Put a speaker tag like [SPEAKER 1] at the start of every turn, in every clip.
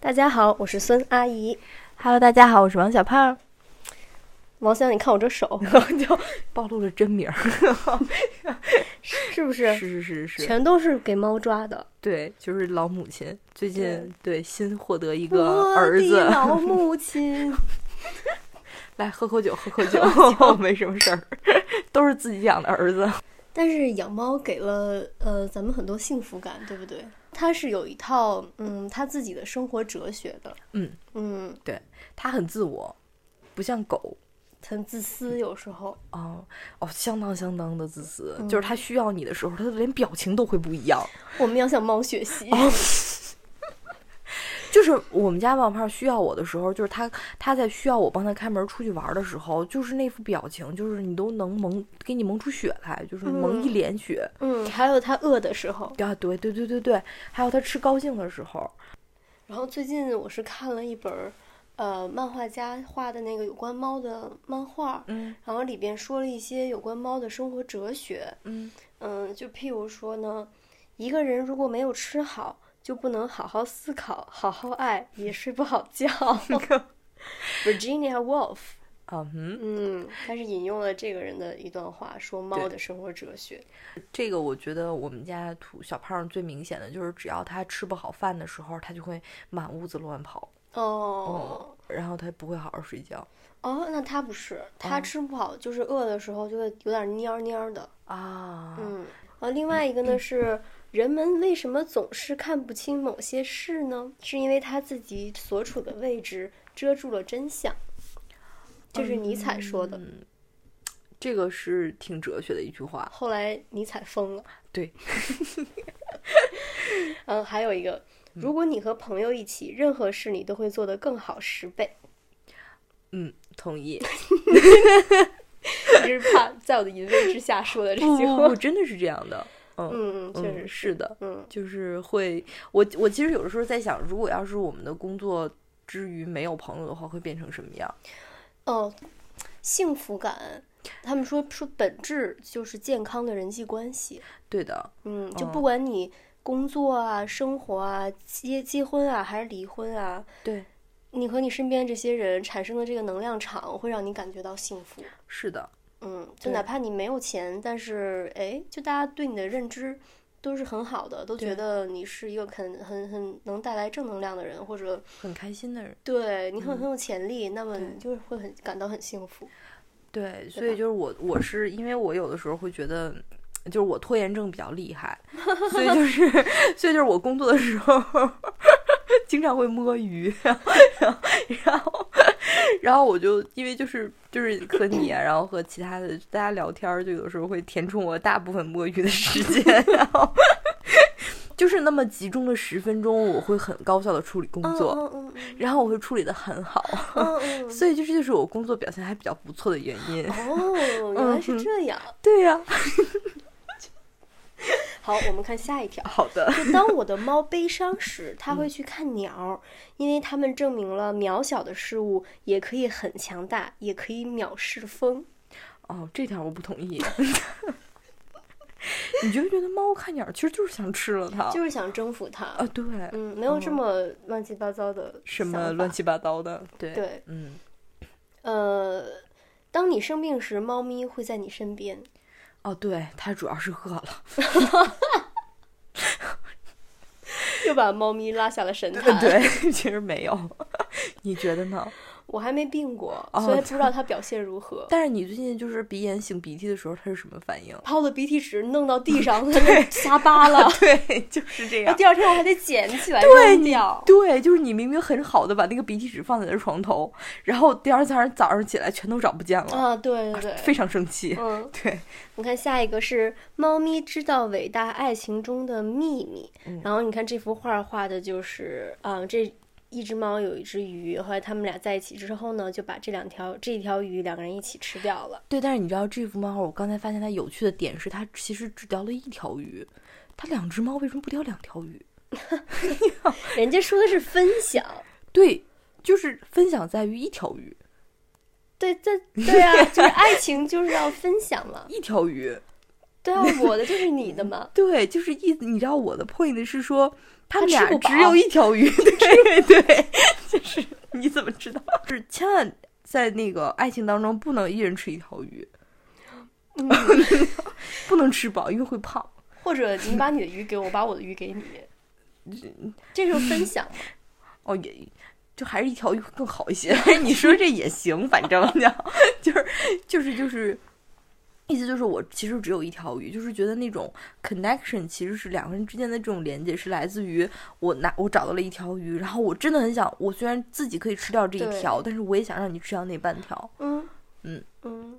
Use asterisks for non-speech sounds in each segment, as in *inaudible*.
[SPEAKER 1] 大家好，我是孙阿姨。
[SPEAKER 2] Hello，大家好，我是王小胖，
[SPEAKER 1] 王香，你看我这
[SPEAKER 2] *laughs*
[SPEAKER 1] 手，然后就
[SPEAKER 2] 暴露了真名儿，
[SPEAKER 1] 是不是
[SPEAKER 2] *laughs* 是啊是是是，
[SPEAKER 1] 全都是给猫抓的？
[SPEAKER 2] 对，就是老母亲，最近对新获得一
[SPEAKER 1] 我
[SPEAKER 2] 个
[SPEAKER 1] 的
[SPEAKER 2] 儿子，
[SPEAKER 1] 老母
[SPEAKER 2] *laughs*
[SPEAKER 1] 亲，
[SPEAKER 2] 来喝口酒，喝口酒， *laughs* 没什么事儿，都是自己养的儿子，
[SPEAKER 1] 但是养猫给了呃咱们很多幸福感，对不对？它是有一套嗯它自己的生活哲学的，
[SPEAKER 2] 嗯
[SPEAKER 1] 嗯，
[SPEAKER 2] 他很自我，不像狗。
[SPEAKER 1] 很自私，有时候
[SPEAKER 2] 哦哦，相当相当的自私，
[SPEAKER 1] 嗯
[SPEAKER 2] 就是他需要你的时候，他连表情都会不一样。
[SPEAKER 1] 我们要向猫学习。
[SPEAKER 2] 哦就是我们家王胖需要我的时候，就是他他在需要我帮他开门出去玩的时候，就是那副表情，就是你都能蒙给你蒙出血来，就是蒙一
[SPEAKER 1] 嗯
[SPEAKER 2] 脸血。
[SPEAKER 1] 嗯，还有它饿的时候。
[SPEAKER 2] 啊，对对对对对，还有他吃高兴的时候，
[SPEAKER 1] 然后最近我是看了一本儿呃漫画家画的那个有关猫的漫画，
[SPEAKER 2] 嗯
[SPEAKER 1] 然后里边说了一些有关猫的生活哲学。
[SPEAKER 2] 嗯
[SPEAKER 1] 嗯，就譬如说呢，一个人如果没有吃好，就不能好好思考、好好爱，也睡不好觉。Virginia Woolf，
[SPEAKER 2] 啊嗯，
[SPEAKER 1] 嗯，他是引用了这个人的一段话，说猫的生活哲学。
[SPEAKER 2] 这个我觉得我们家土小胖最明显的就是，只要他吃不好饭的时候，他就会满屋子乱跑，
[SPEAKER 1] 哦
[SPEAKER 2] 然后他不会好好睡觉
[SPEAKER 1] 哦，那他不是，他吃不好，就是饿的时候就会有点蔫儿蔫儿的。
[SPEAKER 2] 啊。
[SPEAKER 1] 嗯，啊，另外一个呢是，人们为什么总是看不清某些事呢？是因为他自己所处的位置遮住了真相。这是尼采说的，
[SPEAKER 2] 嗯，这个是挺哲学的一句话。
[SPEAKER 1] 后来尼采疯了。
[SPEAKER 2] 对，
[SPEAKER 1] *laughs* 嗯，还有一个，如果你和朋友一起，任何事你都会做得更好十倍， *laughs*
[SPEAKER 2] 嗯，同意。 *laughs*
[SPEAKER 1] 这是怕在我的淫威之下说的这
[SPEAKER 2] 不
[SPEAKER 1] 句
[SPEAKER 2] 不
[SPEAKER 1] 话
[SPEAKER 2] 不，。真的是这样的。嗯，
[SPEAKER 1] 嗯，嗯确
[SPEAKER 2] 嗯
[SPEAKER 1] 实是，
[SPEAKER 2] 是的，
[SPEAKER 1] 嗯
[SPEAKER 2] 就是会我我其实有的时候在想，如果要是我们的工作之余没有朋友的话，会变成什么样？
[SPEAKER 1] 哦，幸福感，他们说说本质就是健康的人际关系。
[SPEAKER 2] 对的，
[SPEAKER 1] 嗯，就
[SPEAKER 2] 嗯
[SPEAKER 1] 不管你工作啊、生活啊、结结婚啊，还是离婚啊，
[SPEAKER 2] 对，
[SPEAKER 1] 你和你身边这些人产生的这个能量场，会让你感觉到幸福。
[SPEAKER 2] 是的，
[SPEAKER 1] 嗯，就
[SPEAKER 2] 对
[SPEAKER 1] 哪怕你没有钱，但是哎，就大家对你的认知都是很好的，都觉
[SPEAKER 2] 对
[SPEAKER 1] 得你是一个很很很能带来正能量的人，或者
[SPEAKER 2] 很开心的人。
[SPEAKER 1] 对你很很有潜力，那么
[SPEAKER 2] 嗯对
[SPEAKER 1] 你就会很感到很幸福。
[SPEAKER 2] 对，所以就是我，我是因为我有的时候会觉得，就是我拖延症比较厉 *laughs* 害，所以就是，所以就是我工作的时候 *laughs* 经常会摸鱼，然后，然后，然后我就因为就是就是和你啊，然后和其他的大家聊天儿，就有时候会填充我大部分摸鱼的时间，然后就是那么集中的十分钟，我会很高效的处理工作，
[SPEAKER 1] 嗯嗯嗯
[SPEAKER 2] 然后我会处理的很好，
[SPEAKER 1] 嗯 *laughs* 嗯嗯。
[SPEAKER 2] 所以这就是我工作表现还比较不错的原因。
[SPEAKER 1] 哦，原来是这样。
[SPEAKER 2] 对呀、
[SPEAKER 1] 好，我们看下一条。嗯
[SPEAKER 2] 好的，
[SPEAKER 1] 就当我的猫悲伤时，它会去看鸟儿，因为它们证明了渺小的事物也可以很强大，也可以藐视风。
[SPEAKER 2] *laughs* 哦，这条我不同意。 *laughs* 你觉不觉得猫看鸟其实就是想吃了它？
[SPEAKER 1] 就是想征服它。
[SPEAKER 2] 啊，对，
[SPEAKER 1] 嗯，没有这么乱七八糟的
[SPEAKER 2] 什
[SPEAKER 1] 想
[SPEAKER 2] 么
[SPEAKER 1] 法
[SPEAKER 2] 乱七八糟的，对，
[SPEAKER 1] 对，
[SPEAKER 2] 嗯，
[SPEAKER 1] 呃，当你生病时，猫咪会在你身边。
[SPEAKER 2] 哦，对，它主要是饿了，
[SPEAKER 1] 又把猫咪拉下了神坛。，
[SPEAKER 2] *laughs* 对，其实没有， *laughs* 你觉得呢？
[SPEAKER 1] 我还没病过，
[SPEAKER 2] 哦
[SPEAKER 1] 所以不知道它表现如何。
[SPEAKER 2] 但是你最近就是鼻炎擤鼻涕的时候，它是什么反应？。
[SPEAKER 1] 把我的鼻涕纸弄到地 *laughs* 上，它就瞎扒拉
[SPEAKER 2] 对，就是这
[SPEAKER 1] 然
[SPEAKER 2] 样
[SPEAKER 1] 后。第二天我还得捡起来
[SPEAKER 2] 对
[SPEAKER 1] 扔
[SPEAKER 2] 你
[SPEAKER 1] 掉。
[SPEAKER 2] 对，就是你明明很好的把那个鼻涕纸放在了床头，然后第二天早上起来全都找不见了，
[SPEAKER 1] 啊，对对对，
[SPEAKER 2] 非常生气。
[SPEAKER 1] 嗯，
[SPEAKER 2] 对，
[SPEAKER 1] 你看下一个是猫咪知道伟大爱情中的秘密，
[SPEAKER 2] 嗯
[SPEAKER 1] 然后你看这幅画画的就是，啊、这一只猫有一只鱼，后来他们俩在一起之后呢，就把这两条这一条鱼两个人一起吃掉了。
[SPEAKER 2] 对，但是你知道这幅漫画，我刚才发现它有趣的点是，它其实只叼了一条鱼，它两只猫为什么不叼两条鱼？
[SPEAKER 1] 人家说的是分享，
[SPEAKER 2] 对，就是分享在于一条鱼，
[SPEAKER 1] 对，这对啊，就是爱情就是要分享嘛。
[SPEAKER 2] 一条鱼。
[SPEAKER 1] 对啊，我的就是你的嘛。
[SPEAKER 2] 对，就是一，你知道我的 point 是说，
[SPEAKER 1] 他
[SPEAKER 2] 他们
[SPEAKER 1] 吃
[SPEAKER 2] 俩
[SPEAKER 1] 不饱
[SPEAKER 2] 只有一条鱼，对对，就是你怎么知道？就是千万在那个爱情当中不能一人吃一条鱼，
[SPEAKER 1] 嗯
[SPEAKER 2] *laughs* 不能吃饱，因为会胖。
[SPEAKER 1] 或者你把你的鱼给我，我把我的鱼给
[SPEAKER 2] *laughs*
[SPEAKER 1] 你，这就是分享嘛。
[SPEAKER 2] 哦，也就还是一条鱼更好一些。 *laughs* 你说这也行，反正就 *laughs* 就是就是就是，意思就是我其实只有一条鱼，就是觉得那种 connection 其实是两个人之间的这种连接是来自于我拿我找到了一条鱼，然后我真的很想，我虽然自己可以吃掉这一
[SPEAKER 1] 对
[SPEAKER 2] 条，但是我也想让你吃掉那半条。
[SPEAKER 1] 嗯
[SPEAKER 2] 嗯
[SPEAKER 1] 嗯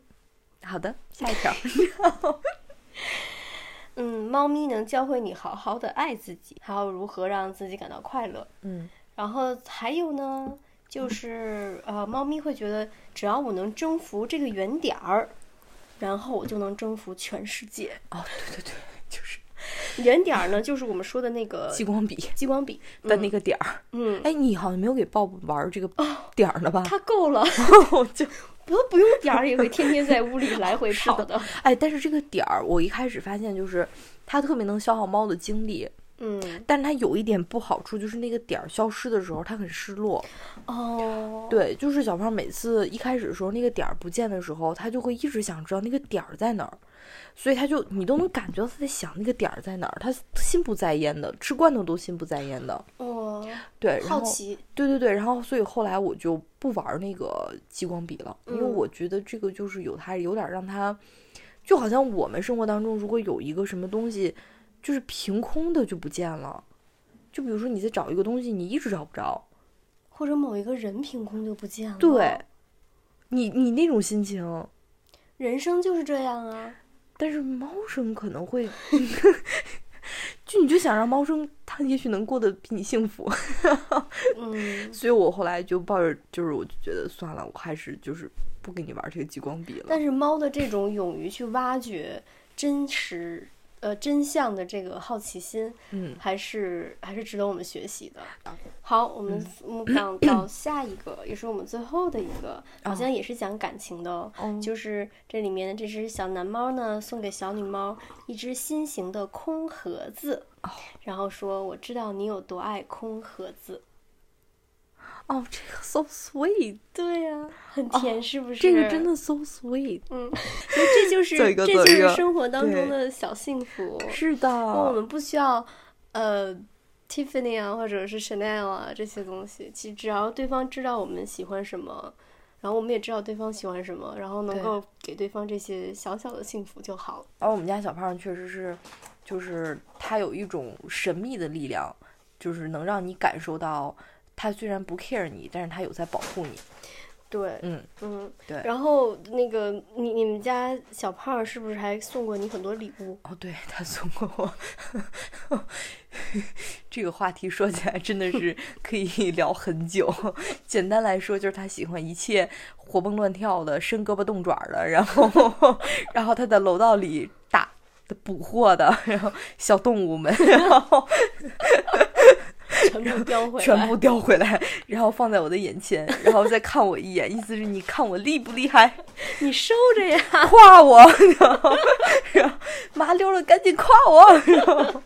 [SPEAKER 2] 好的，下一条。
[SPEAKER 1] *laughs* 嗯，猫咪能教会你好好的爱自己，还有如何让自己感到快乐。
[SPEAKER 2] 嗯
[SPEAKER 1] 然后还有呢，就是呃，猫咪会觉得只要我能征服这个圆点儿，然后我就能征服全世界。
[SPEAKER 2] 哦，对对对，
[SPEAKER 1] *laughs*
[SPEAKER 2] 就是
[SPEAKER 1] 圆点儿呢，就是我们说的那个
[SPEAKER 2] 呃激光笔
[SPEAKER 1] 激光笔
[SPEAKER 2] 的那个点儿。
[SPEAKER 1] 嗯，哦嗯
[SPEAKER 2] 哎，你好像没有给鲍勃玩儿这个点儿的吧？
[SPEAKER 1] 它够了，
[SPEAKER 2] 哎 *laughs* 我就
[SPEAKER 1] 不不用点儿也会天天在屋里来回
[SPEAKER 2] 是的
[SPEAKER 1] 跑的。
[SPEAKER 2] 哎，但是这个点儿，我一开始发现就是它特别能消耗猫的精力，
[SPEAKER 1] 嗯，
[SPEAKER 2] 但是它有一点不好处就是那个点儿消失的时候，它很失落。
[SPEAKER 1] 哦，
[SPEAKER 2] 对，就是小胖每次一开始的时候那个点儿不见的时候，它就会一直想知道那个点儿在哪儿，所以它就你都能感觉到它在想那个点儿在哪儿，它心不在焉的，吃罐头都心不在焉的。
[SPEAKER 1] 哦，
[SPEAKER 2] 对，然
[SPEAKER 1] 好
[SPEAKER 2] 后
[SPEAKER 1] 奇，
[SPEAKER 2] 对对对，然后所以后来我就不玩儿那个激光笔了，因为
[SPEAKER 1] 嗯
[SPEAKER 2] 我觉得这个就是有它有点儿让它，就好像我们生活当中如果有一个什么东西，就是凭空的就不见了，就比如说你在找一个东西，你一直找不着，
[SPEAKER 1] 或者某一个人凭空就不见了。
[SPEAKER 2] 对，你你那种心情，
[SPEAKER 1] 人生就是这样啊。
[SPEAKER 2] 但是猫生可能
[SPEAKER 1] *laughs*
[SPEAKER 2] 会。就你就想让猫生，它也许能过得比你幸福， *laughs*
[SPEAKER 1] 嗯，
[SPEAKER 2] 所以我后来就抱着，就是我就觉得算了，我还是就是不跟你玩儿这个激光笔了。
[SPEAKER 1] 但是猫的这种勇于去挖掘真实呃真相的这个好奇心，
[SPEAKER 2] 嗯，
[SPEAKER 1] 还是还是值得我们学习的。好，我们 move on 到下一个，也是我们最后的一个，
[SPEAKER 2] 啊
[SPEAKER 1] 好像也是讲感情的哦。
[SPEAKER 2] 哦
[SPEAKER 1] 就是这里面的这只小男猫呢，送给小女猫一只心形的空盒子，然后说：“我知道你有多爱空盒子。
[SPEAKER 2] 哦，这个 so sweet，”
[SPEAKER 1] 对呀、很甜，是不是？
[SPEAKER 2] 哦这个真，的 so sweet。
[SPEAKER 1] 嗯， *laughs* 所以这就是
[SPEAKER 2] 做
[SPEAKER 1] 这
[SPEAKER 2] 一个
[SPEAKER 1] 就
[SPEAKER 2] 做一
[SPEAKER 1] 是
[SPEAKER 2] 个
[SPEAKER 1] 生活当中
[SPEAKER 2] 对
[SPEAKER 1] 的小幸福。
[SPEAKER 2] 是
[SPEAKER 1] 那我
[SPEAKER 2] 的，
[SPEAKER 1] 们不需要呃 Tiffany 啊，或者是 Chanel 啊这些东西，其实只要对方知道我们喜欢什么，然后我们也知道对方喜欢什么，然后能
[SPEAKER 2] 对
[SPEAKER 1] 够给对方这些小小的幸福就好了。
[SPEAKER 2] 哦而我们家小胖确实是，就是他有一种神秘的力量，就是能让你感受到，他虽然不 care 你，但是他有在保护你。
[SPEAKER 1] 对，
[SPEAKER 2] 嗯，
[SPEAKER 1] 嗯，
[SPEAKER 2] 对
[SPEAKER 1] 然后那个你你们家小胖儿是不是还送过你很多礼物？
[SPEAKER 2] 哦，对他送过我，这个话题说起来真的是可以聊很久。简单来说，就是他喜欢一切活蹦乱跳的、伸胳膊动爪的，然后然后他在楼道里打捕获的，然后小动物们，然后
[SPEAKER 1] 全
[SPEAKER 2] *laughs*
[SPEAKER 1] 部叼回来，
[SPEAKER 2] 全部叼回来，然后放在我的眼前，然后再看我一眼，意思是你看我厉不厉害，
[SPEAKER 1] 你收着呀。
[SPEAKER 2] 夸我，然后然后麻溜了，赶紧夸我，然后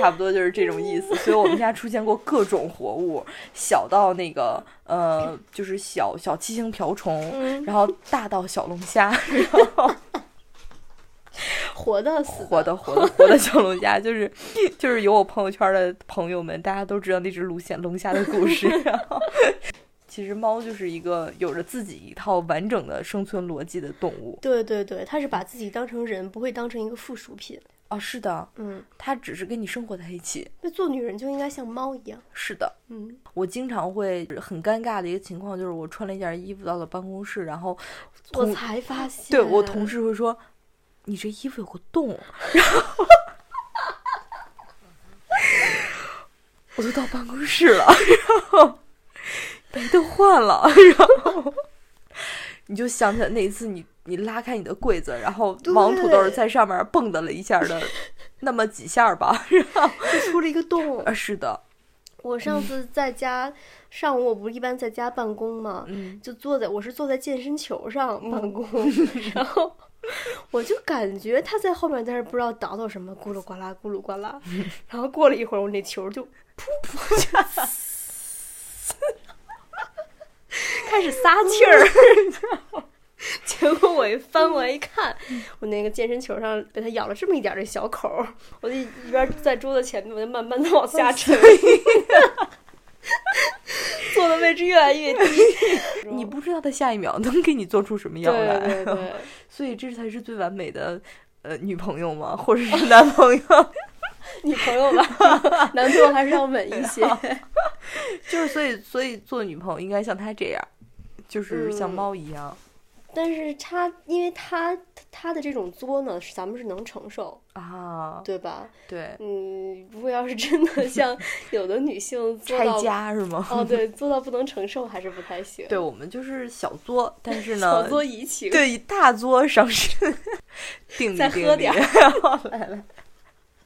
[SPEAKER 2] 差不多就是这种意思。所以我们家出现过各种活物，小到那个呃，就是小小七星瓢虫，
[SPEAKER 1] 嗯，
[SPEAKER 2] 然后大到小龙虾，然后
[SPEAKER 1] 活到死
[SPEAKER 2] 活的活的活的小龙虾，就是就是有我朋友圈的朋友们，大家都知道那只龙虾龙虾的故事。然后，其实猫就是一个有着自己一套完整的生存逻辑的动物
[SPEAKER 1] 对对对，他是把自己当成人，不会当成一个附属品。
[SPEAKER 2] 啊、是的，
[SPEAKER 1] 嗯，
[SPEAKER 2] 它只是跟你生活在一起。
[SPEAKER 1] 那做女人就应该像猫一样。
[SPEAKER 2] 是的，
[SPEAKER 1] 嗯，
[SPEAKER 2] 我经常会很尴尬的一个情况就是，我穿了一件衣服到了办公室，然后
[SPEAKER 1] 我
[SPEAKER 2] 同
[SPEAKER 1] 才发现，
[SPEAKER 2] 对我同事会说：“你这衣服有个洞。”然后我就到办公室了，然后没得换了，然后你就想起来那一次你你拉开你的柜子，然后
[SPEAKER 1] 对
[SPEAKER 2] 王土豆在上面蹦跶了一下的那么几下吧，然后 *laughs*
[SPEAKER 1] 出了一个洞， *laughs*
[SPEAKER 2] 啊是的，
[SPEAKER 1] 我上次在家上午，我不是一般在家办公嘛，
[SPEAKER 2] 嗯
[SPEAKER 1] 就坐在我是坐在健身球上办公，然后我就感觉他在后面在那儿不知道倒腾什么，咕噜呱啦咕噜呱啦，然后过了一会儿，我那球就噗噗就开始撒气儿， *laughs* 结果我一翻过来一看，我那个健身球上被它咬了这么一点儿的小口儿，我就一边在桌子前面，我就慢慢的往下沉， *laughs* 坐的位置越来越低。
[SPEAKER 2] 你不知道他下一秒能给你做出什么样来，
[SPEAKER 1] 对对对， *laughs*
[SPEAKER 2] 所以这才是最完美的呃女朋友嘛，或者是男朋友， *laughs*
[SPEAKER 1] 女朋友吧，男朋友还是要稳一些。
[SPEAKER 2] 就是所以所以做女朋友应该像他这样，就是像
[SPEAKER 1] 嗯
[SPEAKER 2] 猫一样、
[SPEAKER 1] *laughs* 但是他，因为他他的这种作呢，是咱们是能承受，
[SPEAKER 2] 啊，
[SPEAKER 1] 对吧？
[SPEAKER 2] 对，
[SPEAKER 1] 嗯，如果要是真
[SPEAKER 2] *laughs*
[SPEAKER 1] 的像有的女性做
[SPEAKER 2] 拆
[SPEAKER 1] 到，
[SPEAKER 2] 家是吗？
[SPEAKER 1] 哦，对，做到不能承受还是不太行。
[SPEAKER 2] *laughs* 对，我们就是小作，但是呢
[SPEAKER 1] 小，作怡情。
[SPEAKER 2] 对大作上身，定
[SPEAKER 1] 再
[SPEAKER 2] 力
[SPEAKER 1] 喝
[SPEAKER 2] 定力
[SPEAKER 1] 点，
[SPEAKER 2] *laughs* 来来，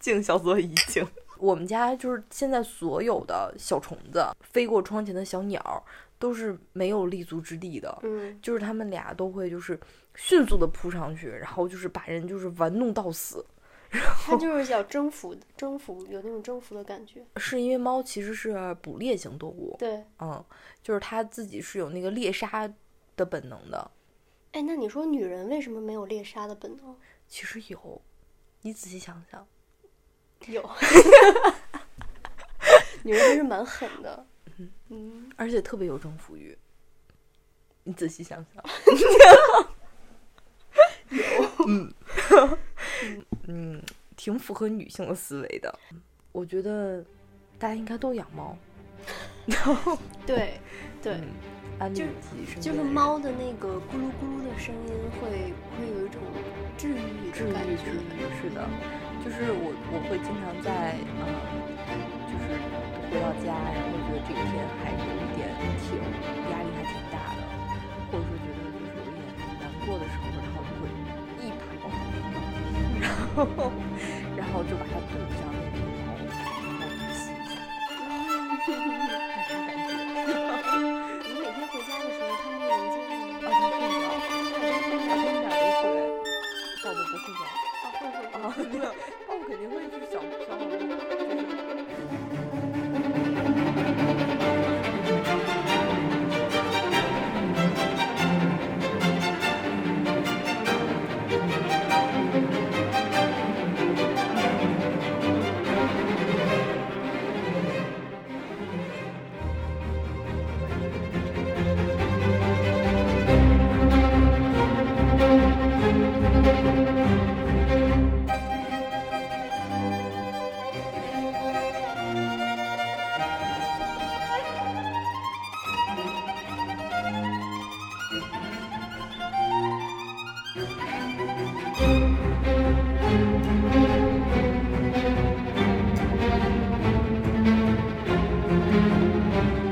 [SPEAKER 2] 敬小作怡情。我们家就是现在所有的小虫子，飞过窗前的小鸟，都是没有立足之地的。
[SPEAKER 1] 嗯，
[SPEAKER 2] 就是他们俩都会就是迅速的扑上去，然后就是把人就是玩弄到死。
[SPEAKER 1] 他就是要征服，征服有那种征服的感觉。
[SPEAKER 2] 是因为猫其实是捕猎型动物，
[SPEAKER 1] 对，
[SPEAKER 2] 嗯，就是它自己是有那个猎杀的本能的。
[SPEAKER 1] 哎，那你说女人为什么没有猎杀的本能？
[SPEAKER 2] 其实有，你仔细想想，
[SPEAKER 1] 有， *laughs* 女人还是蛮狠的。嗯，
[SPEAKER 2] 而且特别有征服欲。你仔细想 *laughs* 想，嗯嗯，挺符合女性的思维的。我觉得大家应该都养猫，
[SPEAKER 1] 对，对。
[SPEAKER 2] 嗯，安利
[SPEAKER 1] 就是
[SPEAKER 2] 自己身
[SPEAKER 1] 就是
[SPEAKER 2] 边的人
[SPEAKER 1] 猫的那个咕噜咕噜的声音会会有一种治愈
[SPEAKER 2] 治
[SPEAKER 1] 的
[SPEAKER 2] 愈
[SPEAKER 1] 感觉
[SPEAKER 2] 治。愈是的，就是我我会经常在呃，就是回到家，然后觉得这一天还有一点挺压力还挺大的，或者说觉得就是有一点难过的时候，然后就会一把抱上那个猫，然后然后就把它堵上那个毛，然后吸一下，那种感觉。
[SPEAKER 1] 你每天回家的时候，它们会迎接你
[SPEAKER 2] 啊，
[SPEAKER 1] 吗？
[SPEAKER 2] 它睡着，它睁眼就睡，但我不睡着。
[SPEAKER 1] 啊，会会
[SPEAKER 2] 啊，没有，那我肯定会是小小狗狗。
[SPEAKER 1] 嗯